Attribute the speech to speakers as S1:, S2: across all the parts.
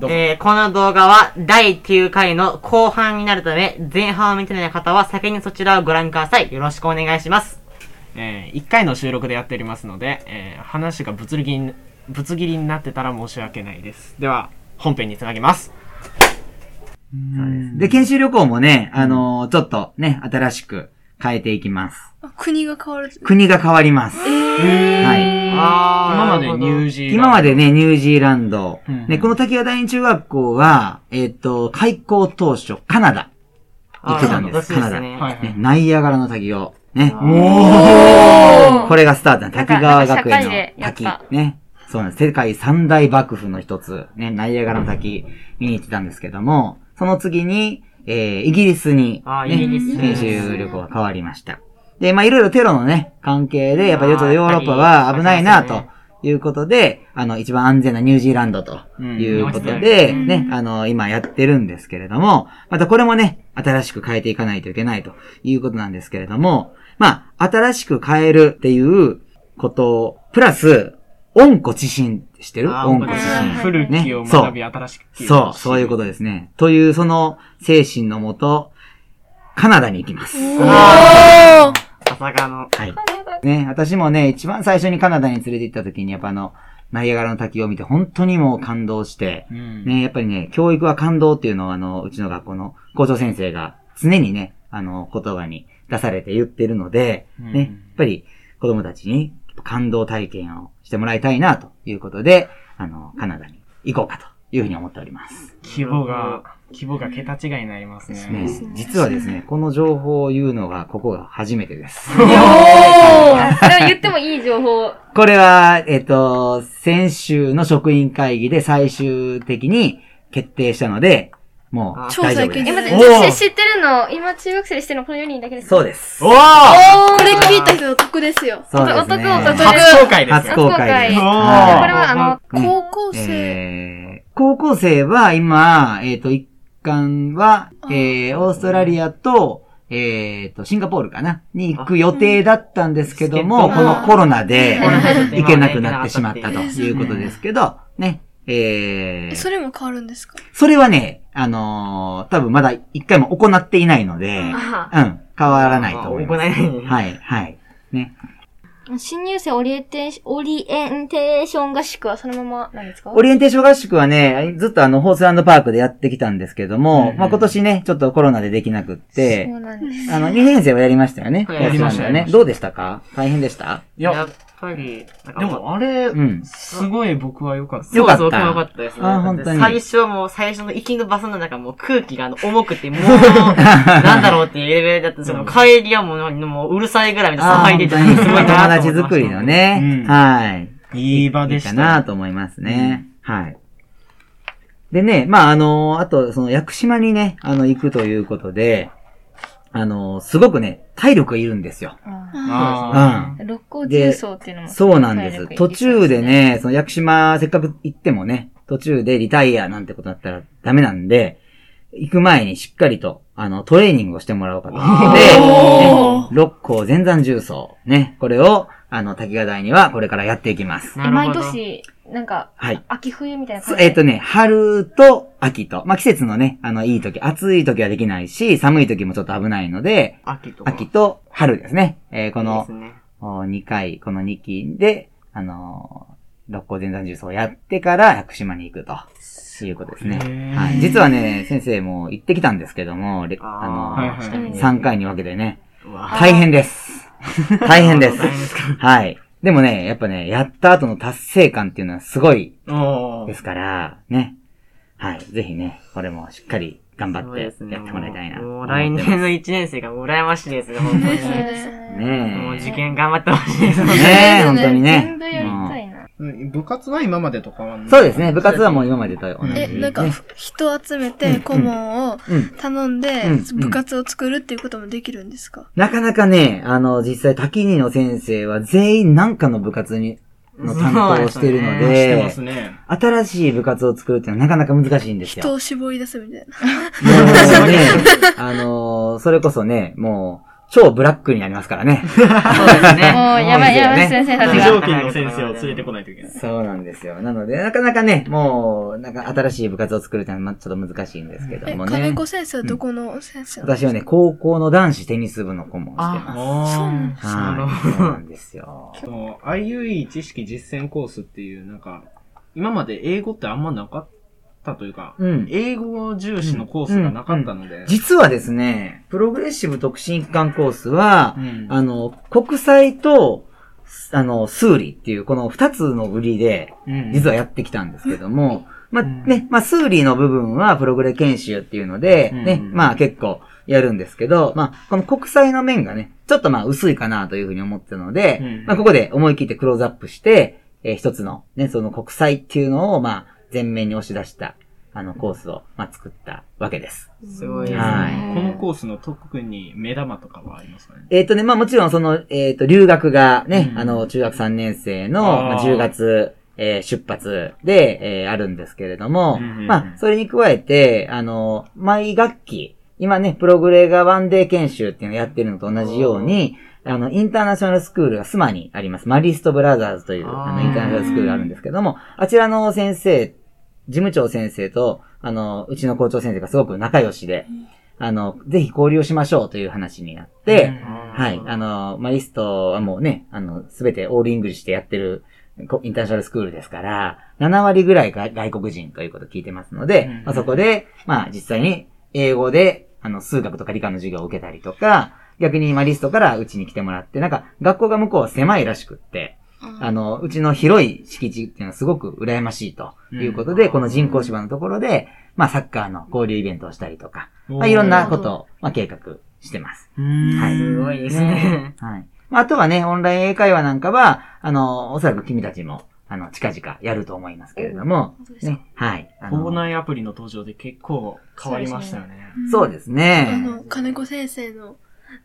S1: どうも
S2: えーこの動画は第9回の後半になるため、前半を見てない方は先にそちらをご覧ください。よろしくお願いします。
S1: え1回の収録でやっておりますので、えー話がぶつ切りにぶつ切りになってたら申し訳ないですでは本編につなげます
S3: そうです。で、研修旅行もね、あのーちょっとね、新しく変えていきます。
S4: あ国が変わる。
S3: 国が変わります。
S4: えー、
S3: はい
S2: あ
S1: 今までニュー
S2: ー
S1: ジーランド
S3: 今までね、ニュージーランド。
S1: うん
S3: ね、この竹谷第二中学校は、えっ、と、開校当初、カナダ。行ってたんです
S2: そうですね。
S1: はいはい
S3: ね、ナイアガラの滝を。ね。
S4: おー
S3: これがスタートなの滝川学
S4: なんか社会
S3: 園
S4: で
S3: の
S4: やっ
S3: 滝
S4: た。
S3: ね。そうなんです。世界三大幕府の一つ。ね、ナイアガラの滝見に行ってたんですけども、その次に、えー、イギリスに、
S2: あー
S3: ね
S2: イギリス
S3: 研修旅行が変わりました。で、まあいろいろテロのね、関係で、やっぱり
S2: あ
S3: ヨ
S2: ー
S3: ーロッパは危ないな、
S2: やっぱりそう
S3: ということで、あの、一番安全なニュージーランドということで、
S4: うん
S3: ね、あの、今やってるんですけれども、またこれもね、新しく変えていかないといけないということなんですけれども、まあ、新しく変えるっていうこと、プラス、温故知新って知ってる
S2: あー
S3: 温故
S2: 温
S3: 知
S2: 故知
S3: 新
S2: 新。
S1: 古きを学び新しき
S3: そう、そういうこととですね。という、その精神のもと、カナダに行きます。
S4: おー
S2: 朝霞の。
S3: はい。ね、私もね、一番最初にカナダに連れて行った時に、やっぱあの、ナイアガラの滝を見て、本当にもう感動して、
S1: うん
S3: ね、やっぱりね、教育は感動っていうのを、あの、うちの学校の校長先生が常にね、あの、言葉に出されて言ってるので、
S1: うん
S3: ね、やっぱり子供たちに感動体験をしてもらいたいな、ということで、あの、カナダに行こうかというふうに思っております。
S1: 規模が規模が桁違いになりますね
S3: ね、実はですね、この情報を言うのが、ここが初めてです。
S4: おーそれは言ってもいい情報。
S3: これは、えっと、先週の職員会議で最終的に決定したので、も
S2: あ
S3: う
S5: 超
S3: 大丈夫
S5: 最
S3: で
S5: 近
S4: え、
S3: す。
S4: 待って、
S5: お
S3: ー
S4: 知知ってるの、今中学生でしてるのこの4人だけですか
S3: そうです。
S1: おー
S5: これ聞いた人得ですよ。
S3: そうですね。
S4: 男男
S1: 初公開です
S3: 初
S1: よ
S3: 公開です。
S1: おー
S4: 初公開これはあの、
S3: うん
S5: 高校生。
S3: えー高校生は今、えっ、と、一貫は、えー、オーストラリアと、えっ、と、シンガポールかなに行く予定だったんですけども、
S1: あ
S3: このコロナで
S2: コロナでちょっと今
S3: 行けなくなってしまったと
S2: 行けなかった
S5: って
S3: いうことですけど、ね。えー、
S5: それも変わるんですか
S3: それはね、あのー多分まだ一回も行っていないので、
S4: あ
S3: うん、変わらないと思います。
S2: あ行えない
S3: はい、はい。ね。
S4: 新入生オリエンテーション、オリエンテーション合宿はそのままなんですか
S3: オリエンテーション合宿はね、ずっとあの、ホースパークでやってきたんですけども、
S1: うん
S3: まあ今年ね、ちょっとコロナでできなくっ
S4: そ
S3: て、
S4: うなんです。
S3: あの、2年生はやりましたよね。
S2: や
S1: りました
S3: やってんだよね。どうでしたか大変でした
S1: い
S2: や
S1: や
S2: っぱり、なんか
S1: でもあれ
S3: うん。
S1: すごい僕は良かった
S3: よかった
S2: そうそう僕もよかったですね。
S3: あー本当に
S2: 最初もう最初の行きのバスの中もう空気があの重くて、もう、なんだろうっていうレベルだったんですけど、帰りはもうなんかもううるさいぐらいの騒いでて、
S3: あー本当
S2: す
S3: に
S2: ごい
S3: 友
S2: なと思いました
S3: 達作り の。ね、
S1: うん
S3: はい。
S1: いい場
S3: い
S1: で
S3: い
S1: し
S3: か
S1: た
S3: なと思いますね。はい。でね、まあ、あの、あと、その、屋久島にね、あの、行くということで、あの、すごくね、体力がいるんですよ。
S1: あー
S4: 六甲重曹っていうのも。
S3: そうなんで
S4: 体
S3: す。
S4: 力いりそ
S3: 途
S4: う
S3: 中で。ね、その屋久島、せっかく行ってもね、途中でリタイアなんてことだったらダメなんで、行く前にしっかりと、あの、トレーニングをしてもらおうかと思って、
S5: お
S3: ね六甲全山重曹、ね、これを、あの、滝川台にはこれからやっていきます。
S2: な
S4: え
S2: る
S4: 毎
S2: ほど。
S4: 年、なんか、
S3: はい。
S4: 秋冬みたいな
S3: そ
S4: 感
S3: う
S4: じ。
S3: えっ、とね、春と秋と、まあ、季節のね、あの、いい時、暑い時はできないし、寒い時もちょっと危ないので、
S2: 秋とか。
S3: 秋と春ですね。えーこ
S2: いいで
S3: の
S2: すね
S3: お2回、この2期で、あのー六甲全山重曹をやってから屋久島に行くということです
S1: へ
S3: ね
S1: ー。
S3: はい。実はね、先生も行ってきたんですけども、れ
S2: あー
S3: あ
S1: はい
S4: はい
S3: のー、
S4: うん
S3: 3回に分けてね、
S2: うわ
S3: 大変です。大変です。
S2: 大変ですか
S3: はい。でもね、やっぱね、やった後の達成感っていうのはすごい
S1: お
S3: で
S1: ー
S3: すから、ね。はい。ぜひね、これもしっかり頑張ってやってもらいたいな。
S2: もう来年の1年生が羨ましいですね、本当に。
S5: そうです
S4: ね。
S2: もう受
S3: ね
S2: 験頑張ってほしいです。
S3: え。
S2: ね
S3: ねえ、本当にね。
S4: 全部やりたいな。
S6: 部活は今までと変わんない
S3: そうですね。部活はもう今までと同じ。
S5: え、なんか
S3: ね、
S5: 人を集めて顧問を
S3: うん。
S5: 頼んで
S3: うんうん
S5: 部活を作るっていうこともできるんですか
S3: なかなかね、あの、実際、滝にの先生は全員なんかの部活に、の担当をしているの
S2: そう
S3: で、
S6: してますね。
S3: 新しい部活を作るっていうのはなかなか難しいんですよ。
S5: 人を絞り出すみたい
S3: も
S5: な。
S3: うね、あのーそれこそね、もう、超ブラックになりますからね。
S2: そうですね。
S4: もう、やばい、やばい、
S3: そうで
S4: 先生たち
S1: 無
S4: が。
S1: 条件の先生を連れてこないといけない。
S3: そうなんですよ。なので、なかなかね、もう、なんか新しい部活を作るってのはまちょっと難しいんですけど
S5: え、
S3: も
S5: 金
S3: ね。
S5: 子先生はどこの先生なんです
S3: 私はね、高校の男子テニス部の顧問をしてます。
S6: なる
S3: は
S5: あ
S3: い。そうなんですよ。
S6: その IUE 知識実践コースっていう、なんか、今まで英語ってあんまなかったというか、
S3: うん。
S6: 英語重視のコースがなかったので、
S3: 実はですね、プログレッシブ特進機関コースは、
S6: うん
S3: あの、国際と、あの、数理っていう、この二つの売りで、実はやってきたんですけども、まあ
S6: うん
S3: ね、まあ数理の部分はプログレ研修っていうので、
S6: うん
S3: ね、まあ結構やるんですけど、まあこの国際の面がね、ちょっとまあ薄いかなというふうに思ってたので、
S6: うん
S3: まあここで思い切ってクローズアップして、えー一つのね、その国際っていうのをまあ全面に押し出した、あのコースをまあ作ったわけです。
S2: すごいです
S3: は
S2: ね。
S6: うんこのコースの特に目玉とかはありますかね
S3: えっ、とね、まあもちろんその、えっ、と、留学がね、
S6: うん
S3: あの、中学3年生の、
S6: あー
S3: まあ、10月、えー出発で、えーあるんですけれども、
S6: うんうんうん
S3: まあ、それに加えて、あの、毎学期、今ね、プログレがワンデー研修っていうのをやってるのと同じように、あの、インターナショナルスクールがスマにあります。マリストブラザーズという、あの、
S2: あー
S3: インターナショナルスクールがあるんですけども、あちらの先生、事務長先生と、あの、うちの校長先生がすごく仲良しで、あの、ぜひ交流しましょうという話になって、はい。あの、マリストはもうね、あの、すべてオールイングリッシュでやってるこインターナショナルスクールですから、7割ぐらいが外国人ということを聞いてますので、
S6: うん
S3: まあ、そこで、まあ実際に英語で、あの、数学とか理科の授業を受けたりとか、逆にマリストからうちに来てもらって、なんか学校が向こうは狭いらしくって、
S5: か
S3: あの、うちの広い敷地っていうのはすごく羨ましいということで、
S6: うん
S3: この人工芝のところで、まあサッカーの交流イベントをしたりとか、
S6: おー
S3: まあいろんなことを、まあ計画してます。はい。
S2: すごいですね。
S3: はい。まあ、あとはね、オンライン英会話なんかは、あの、おそらく君たちも、あの、近々やると思いますけれども、ね、はい。あ
S1: 校
S3: の
S1: 内アプリの登場で結構変わりましたよね。
S3: そうです
S5: あ
S3: ね。
S5: の、金子先生の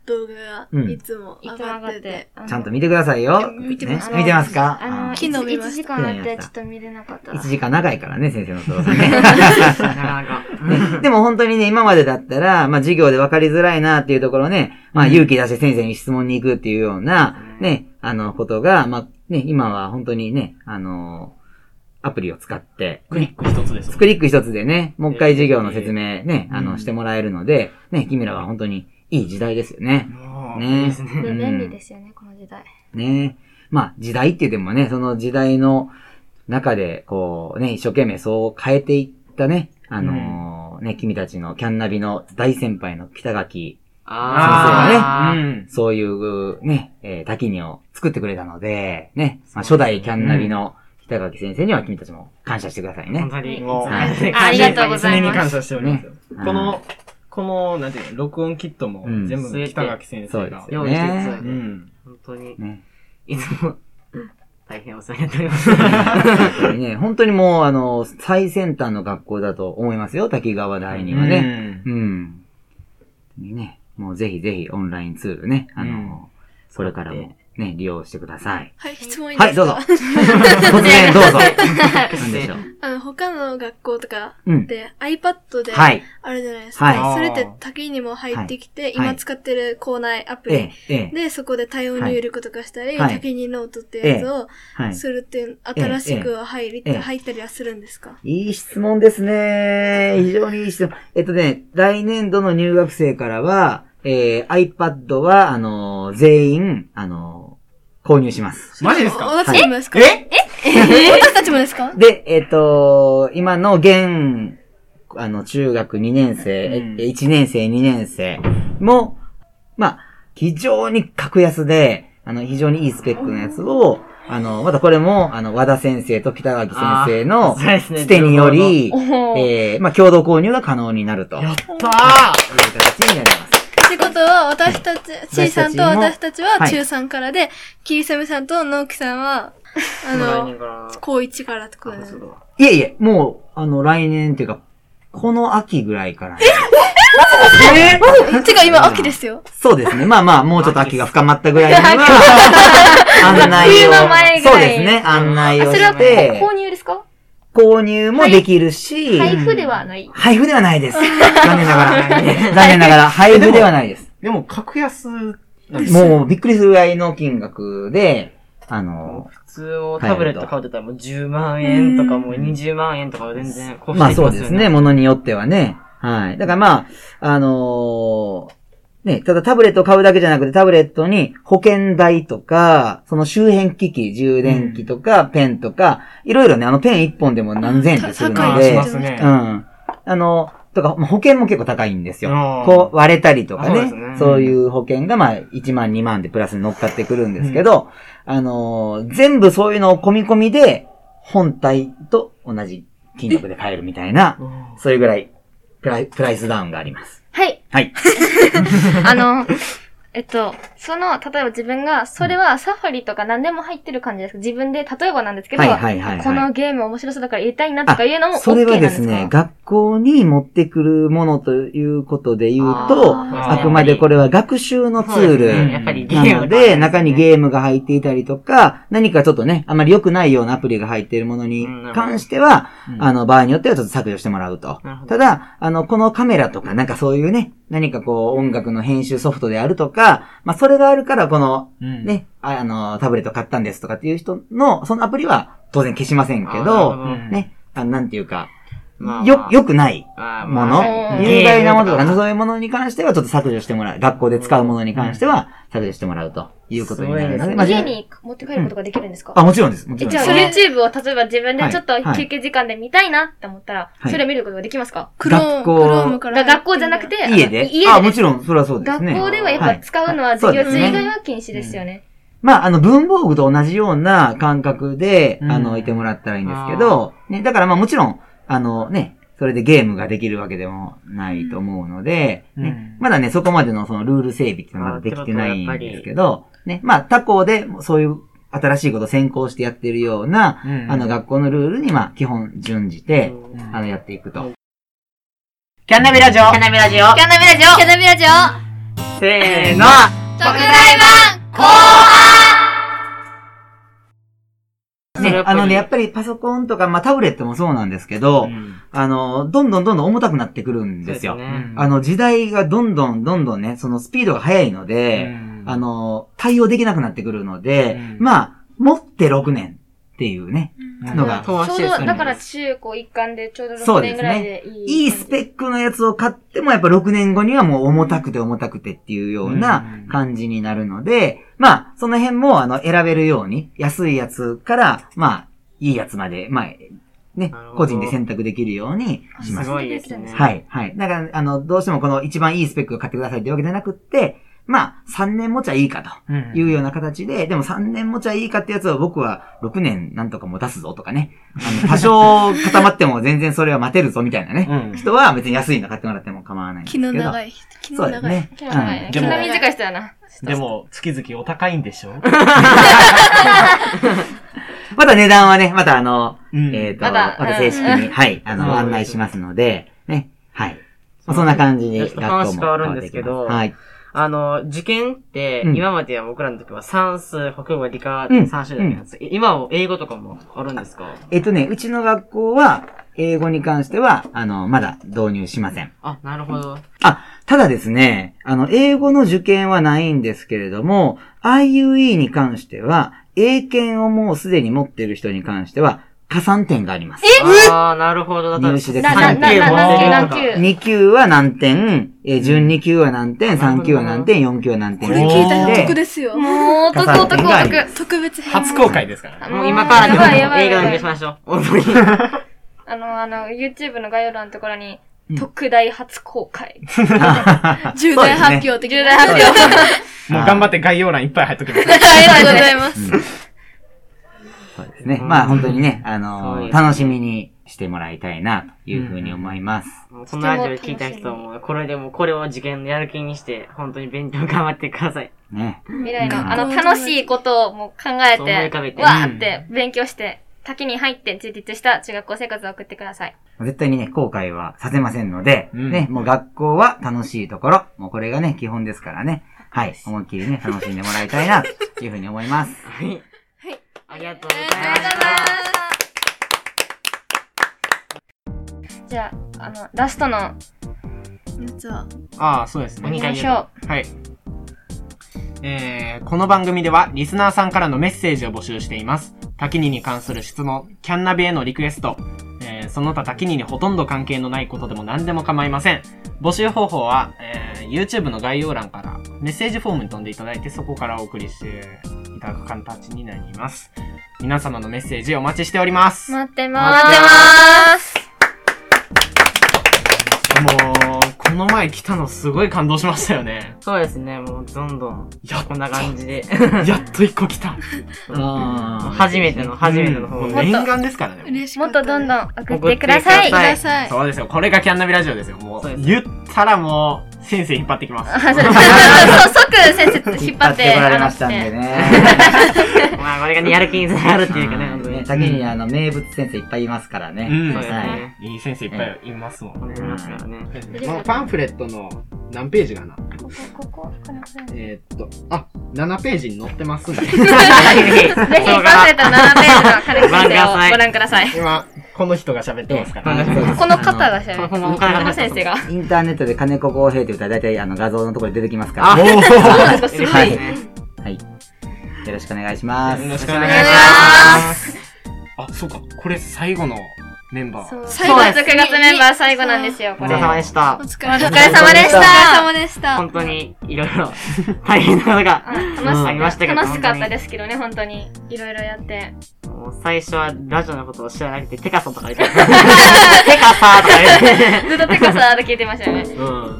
S5: 動画
S3: うん
S5: がいつも
S4: い
S5: 上
S4: つも上
S5: が
S4: が
S5: っ
S4: ってて
S5: て。。
S3: ちゃんと見てくださいよ。
S5: 見てます
S3: ね見てますか
S4: あの、
S5: 昨日見ました
S4: 1時間あって、ちょっと見れなかった。
S3: 1時間長いからね、先生の動画ね。
S2: なかなか。
S3: ねでも本当にね、今までだったら、まあ授業で分かりづらいなっていうところをね、まあ勇気出して先生に質問に行くっていうような、ね、あのことが、まあね、今は本当にね、あの、アプリを使って、
S1: クリック一つですもん
S3: スクリック一つでね、もう一回授業の説明ね、
S6: えー
S3: あ
S6: う
S3: の、
S6: ん
S3: してもらえるので、ね、君らは本当にいい時代ですよね。
S6: もう
S3: ね
S4: で
S3: うん
S4: 便利ですよね、この時 代。
S3: ねまあ、時代って言ってもね、その時代の中で、こう、ね、一生懸命そう変えていったね、あのーね、君たちのキャンナビの大先輩の北垣、
S2: あー。
S1: うん。
S3: そういう、ね、えー、滝にを作ってくれたので、ね、まあ、初代キャンナビの北垣先生には君たちも感謝してくださいね
S1: 本。当に。
S3: う
S4: ありがとうござい
S1: 常
S4: ま
S1: に
S4: す
S1: 感謝しておりますよ。
S3: うん
S1: この、この、なんていうの、録音キットも
S3: うん
S1: 全部北垣先
S3: そう
S1: 生
S3: で
S1: が
S3: す。よ
S2: 用意して
S3: ね
S2: いただいて
S1: うん。
S2: 本当に、
S3: ね。
S2: いつも、大変お世話になっております。
S3: 本当に ね、本当にもう、あの、最先端の学校だと思いますよ、滝川第二はね。
S1: ね。
S3: うん。ね、もうぜひぜひオンラインツールね、あの、
S1: うん
S3: これからもね、利用してください。
S5: はい、質問いいですか
S3: はい、どうぞ。突然、どうぞ。なんでしょう。
S5: あの、他の学校とか
S3: うん。
S5: で iPad で、
S3: はい。
S5: あるじゃないですか。
S3: はい
S5: それって滝にも入ってきて、
S3: はい
S5: 今使ってる校内アプ
S3: ええ、
S5: リ、
S3: ええ。
S5: で、そこで対応入力とかしたり、
S3: はい
S5: 滝にノートってやつを
S3: はい。
S5: するっていう、新しくは入り、
S3: ええ
S5: 入ったりはするんですか
S3: いい質問ですね。非常にいい質問。えっとね、来年度の入学生からは、えー、iPad は、あの、全員、あの、購入します。
S6: マジですか
S5: お私たちもですか、
S3: え
S5: え私たちもですか
S3: で、えっ、と、今の現、あの、中学2年生、え
S6: うん
S3: 1年生、2年生も、まあ、非常に格安で、あの、非常にいいスペックのやつを、あの、またこれも、あの、和田先生と北垣先生の、
S2: そうですね
S3: つてにより、
S4: おー
S3: えー、まあ、共同購入が可能になるという
S1: やったー
S3: 形になります。
S5: ってことは、私たち、C さんと私たち
S3: は
S5: はい中3からで、キリセミさんと直樹さんは、あの、高1からってことです。
S3: いえいえ、もう、あの、来年っていうか、この秋ぐらいから、
S5: てか今、秋ですよ。
S3: そうですね。まあま あ、もうちょっと秋が深まったぐらいには、案内を。
S4: 冬の前ぐらい
S3: そうですね。案内
S4: あ、
S3: を
S4: それは
S3: し
S4: こ
S3: て、
S4: 購入ですか
S3: 購入もできるし、
S4: 配布ではない。
S3: 配布ではないです。残念ながら。残念ながら、配布ではないです。
S6: でも、格安なんですよ。
S3: もうびっくりするぐらいの金額で、あの、
S2: 普通をタブレット買うてたらもう10万円とかもう20万円とかは全然コス
S3: ま
S2: ト
S3: あ
S2: いき
S3: そう
S2: ますよね。
S3: ですね、ものによってはね。はい。だからまあ、あのーね、ただタブレットを買うだけじゃなくて、タブレットに保険代とか、その周辺機器、充電器とか、ペンとか、いろいろね、あのペン一本でも何千円ってするの
S5: 高
S1: あ
S5: い
S1: し
S3: で
S1: ま、すね
S3: う。ん。あの、とか、まあ保険も結構高いんですよ
S1: あ。ー
S3: こう割れたりとか
S2: そう
S3: ね
S2: で
S3: そ
S2: す
S3: う
S2: ね
S3: いう保険がまあ1万2万でプラスに乗っかってくるんですけど、あのー全部そういうのを込み込みで、本体と同じ金額で買えるみたいな、それぐらいプライプライスダウンがあります。
S4: はい。
S3: はい。
S4: あの、えっと、その、例えば自分が、それはサファリとか何でも入ってる感じですか自分で、例えばなんですけど、
S3: はいはいはい、
S4: こ
S3: は
S4: の
S3: い。
S4: ゲーム面白そうだから入れたいなとかいうのも OK なんですか
S3: それはですね、学校に持ってくるものということで言うと、
S2: あ
S3: あ
S2: ー
S3: くまでこれは学習のツ
S2: そ
S3: ー
S2: うです
S3: ル
S2: ねやっぱりゲーム
S3: なので、中に
S2: ー
S3: ゲームが入っていたりとか、何かちょっとね、あまり良くないようなアプリが入っているものに関しては、
S6: うん
S3: あの、場合によってはちょっと削除してもらうと
S2: なるほ。ど
S3: ただ、あの、このカメラとか、なんかそういうね、何かこう、音楽の編集ソフトであるとか、まあ、それがあるから、この、
S6: うん
S3: ね、ああの、タブレット買ったんですとかっていう人の、そのアプリは当然消しませんけど、
S6: うん
S3: ね、あなんていうか、
S2: まあ
S3: よ、良くないも
S2: も
S3: の、
S4: うん
S3: 有害なものとか、
S2: そ
S3: そういうものに関してはちょっと削除してもらう。学校で使うものに関しては削除してもらうということになる
S2: す
S3: の
S2: ごいです
S3: で。
S2: ね
S3: まあ
S4: 家に持って帰ることができるんですか、
S3: あ、もちろんです。もち
S4: え
S3: ろん
S4: じ
S3: で
S4: ゃあ
S3: す。
S4: YouTube を例えば自分でちょっと
S3: はいはい
S4: 休憩時間で見たいなって思ったら、
S3: はい
S4: それを見ることができますか、
S5: クロー
S3: 学
S5: ン、ク
S3: 校
S5: ロームから
S4: だ
S5: 入って
S4: か
S5: る。
S4: ら学校じゃなくて、あの
S3: 家で
S4: 家
S3: あ、
S4: で
S3: も
S4: す
S3: ちろん、それはそうです
S4: 学
S3: ね。
S4: 校ではやっぱ使うのは
S3: はいは
S4: 授
S3: い
S4: 業中以外
S3: そ
S4: は禁止ですよね。
S3: まあ、あの、文房具と同じような感覚で、
S6: うん
S3: あの、いてもらったらいいんですけど、ね、だからまあもちろん、あのね、それでゲームができるわけでもないと思うので、
S6: うん
S3: ねまだね、そこまでのそのルール整備っていうのはまだできてないんですけど、ね、まあ他校でそういう新しいことを先行してやってるような、
S6: うん
S3: あの、学校のルールにまあ基本順次て、
S6: うん
S3: あの、やっていくと。
S1: キャンナビラジオ
S2: キャナビラジオ
S4: キャナビラジオキャナビラジオ
S2: せーの
S4: 特大版後
S3: ね、あのね、やっ
S2: ぱ
S3: ぱりパソコンとか、まあタブレットもそうなんですけど、あの、どんどんどんどん重たくなってくるんですよ。
S6: うん
S3: あの、時代がどんどんどんどんね、そのスピードが速いので、あの、対応できなくなってくるので、
S6: うん
S3: まあ、持って6年っていうね、
S6: うん
S3: のが、
S2: そう
S4: ちょうど、だから中高一貫でちょうど
S3: そ
S4: 6
S3: うで
S4: 年
S3: すね
S4: ぐらいでいい。
S3: いいスペックのやつを買ってもやっぱ6年後にはもう重たくて重たくてっていうような
S6: うん
S3: 感じになるので、まあ、その辺もあの、選べるように、安いやつから、まあ、いいやつまで、まあ、ね
S2: なるほ、ど
S3: 個人で選択できるようにします
S2: すごいですね。。
S3: はいい、はい。だから、あの、どうしてもこの一番いいスペックを買ってくださいというわけじゃなくって、まあ、3年持ちゃいいか
S6: うん
S3: というような形で、でも3年持ちゃいいかってやつを僕は6年なんとかも出すぞとかね。あの、多少固まっても全然それは待てるぞみたいなね。
S6: うん
S3: 人は別に安いの買ってもらっても構わないんです
S5: 気
S3: けど。
S5: の長い人。気
S3: そ
S5: の
S3: うです
S5: 長い。
S3: ね。
S4: 気の長いね。
S6: で
S4: 気
S6: も
S4: の短い人やな。
S1: でも、月々お高いんでしょ
S3: うんまた値段はね、またあの、
S6: うん
S3: えっと、
S4: ま
S3: ま
S4: だ
S3: た正式に、はい、あ
S2: うん
S3: の、案内しますので、ね。はい。まあそんな感じに学校も
S2: 話変わるんですけど
S3: はい。
S2: あの、受験って、
S3: うん
S2: 今までは僕らの時は算数、国語、理科、
S3: うん
S2: 3種類なんです、今は英語とかもあるんですか
S3: えっとね、うちの学校は、英語に関しては、あの、まだ導入しません。
S2: あ、なるほど。
S3: ただですね、あの、英語の受験はないんですけれども、IUE に関しては、英検をもうすでに持っている人に関しては、加算点があります。
S2: ああ、なるほど。だ
S3: 入試で
S4: な、
S3: 関
S4: な、
S3: 係
S4: な、な、何級、
S2: なん
S4: 何
S2: か
S4: 級。
S3: 2級は何点、えー準2級は何点、3級は何点、4級は何点。
S5: これ聞いたら
S3: で
S5: 得ですよ。
S4: もう、お得お得お
S3: 重た
S4: 得。
S5: 特別編。
S1: 初公開ですからね。
S2: もう今からで
S4: や
S2: も
S4: ばいやばい
S2: 映
S4: や
S2: 画
S4: ば
S2: の見
S4: い
S2: し。ましょう。本当に。
S4: あの、あの、YouTube の概要欄のところに
S3: うん、
S4: 特大初公開。
S5: 重大発表的
S4: 重
S5: な。
S4: 大発表。
S1: もう頑張って概要欄いっぱい入っときます。
S5: ありがとうございます。
S3: そうですね。まあ本当にね、あの
S2: そう
S3: ー
S2: ですね
S3: 楽しみにしてもらいたいな、というふうに思います。
S2: もうこのラジオで聞いた人も、これでも、これを受験のやる気にして、本当に勉強頑張ってください。
S3: ね。
S4: 未来の、あの、楽しいことをもう考え
S2: そう思い浮
S4: て、
S2: かべて
S4: わーって勉強して、滝に入って充実した中学校生活を送ってください。
S3: 絶対にね、後悔はさせませんので、
S6: うん
S3: ね、もう学校は楽しいところ、もうこれがね、基本ですからね。はい、思いっきりね、楽しんでもらいたいな、というふうに思います。
S2: はい。はい。ありがとうござい
S5: ありがとうご
S2: ま。
S5: ざいますす。
S4: じゃあ、あの、ラストの、
S5: 夏は。
S1: ああ、そうです
S2: お
S1: ね。
S2: 願
S4: 行きま
S2: い
S4: しょう。
S1: はい。えー、この番組ではリスナーさんからのメッセージを募集しています。タキニに関する質問、キャンナビへのリクエスト、えー、その他タキニにほとんど関係のないことでも何でも構いません。募集方法は、えー、YouTube の概要欄からメッセージフォームに飛んでいただいてそこからお送りしていただく形になります。皆様のメッセージお待ちしております。もう、
S4: 待ってます。
S2: 待って
S4: ます。
S1: この前来たのすごい感動しました よね。
S2: そうですね、もうどんどん、
S1: やっ
S2: こんな感じで。
S1: と、やっと一個来た。
S3: あ
S2: 初めての、初めての
S1: うん
S2: 方
S1: もう
S2: で。
S1: 念願ですからね。
S5: 嬉しか
S4: も
S5: っ
S4: ったと
S5: です
S4: どんどん送ってくださ
S2: 送って
S4: い。
S2: くださ
S5: ください。
S1: そうですよ。これがキャンナビラジオですよ。もう、
S2: そうです
S1: 言ったらもう、先生引っ張ってきます。
S4: あそうですそう即先
S3: あ。
S4: 生引っ張って。
S3: こられましたんで
S4: ね。
S3: ね。
S2: まあ、これがね、やる気になるっていうかね、本当
S3: ね
S2: に。
S3: 竹にあの、名物先生いっぱいいますからね。
S1: うん
S2: そうです
S3: はい
S2: ね。
S1: いい先生いっぱいいますもん。
S2: お願いしますからね。
S6: このパンフレットの何ページかな
S4: ここ、ここ、このくらい。
S6: えーっと、あ、7ページに載ってますんで。
S2: ぜ ひ、
S4: ぜひ、
S2: そこ
S4: パンフレ
S2: か
S4: ット7ページのカル先生をご覧ください。
S1: 今、この人が喋ってますから。
S4: この方がしゃべる。
S2: こ
S4: こ
S2: の
S4: の
S2: 方が
S4: 先生が。
S3: インターネットで金子公平って言ったら大体あの画像のところに出てきますから。
S1: お
S4: そう
S1: ー
S4: なんですか、すご。
S3: はいい
S2: ら。ね。
S3: はい。よろしくお願いしま
S1: よ
S3: す。
S1: ろしくお願いします。 あ、そうか。これ最後のメンバー。
S4: そう
S5: 最
S4: 9
S5: 後
S4: 月9月メンバー最後なんですよ、
S2: お
S4: こ
S2: 疲
S4: れ
S2: れ。様でした
S5: お。疲れ様
S4: お疲れ様でした
S5: お疲れ様でした。
S2: 本当に、いろいろ、大変なのが。うんありま
S4: 楽
S2: し
S4: した
S2: けど
S4: 楽しかったですけどね、本当に。いろいろやって。
S2: もう最初はラジオのことを知らなくて、テカさんとか言ってた。テカさんとか言って。
S4: ずっとテカサーで聞いてましたよね。
S1: うん。もう、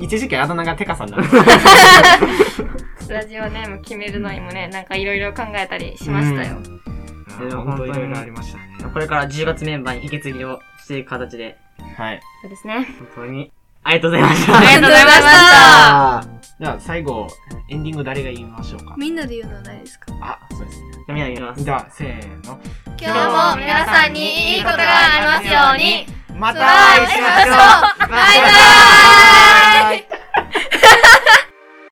S1: 一時期あだ名がテカさんだった。
S4: ラジオネーム決めるのにもね、なんかいろいろ考えたりしましたよ。
S2: いや
S1: 本
S2: 本
S1: 当
S2: 当
S1: い
S2: い
S1: ろ
S2: ろい
S1: いろ
S2: ろ
S1: あ
S2: あ
S1: り
S2: り
S1: ましたね。
S2: これから10月メンバーに引き継ぎをしていく形で、
S1: はい。
S4: そうですね。
S2: 本当に、ありがとうございまし
S4: あ
S2: た。
S4: りがとうございました。
S3: あ
S1: じゃあ最後、エンディング誰が言いましょうか。
S5: みんなで言うのはないですか
S1: あ、そうですね。
S2: みんなで言います。
S1: では、せーの。
S5: 今
S4: 今日も皆さんにいいことがありますように。
S1: ま
S5: たお会いしましょう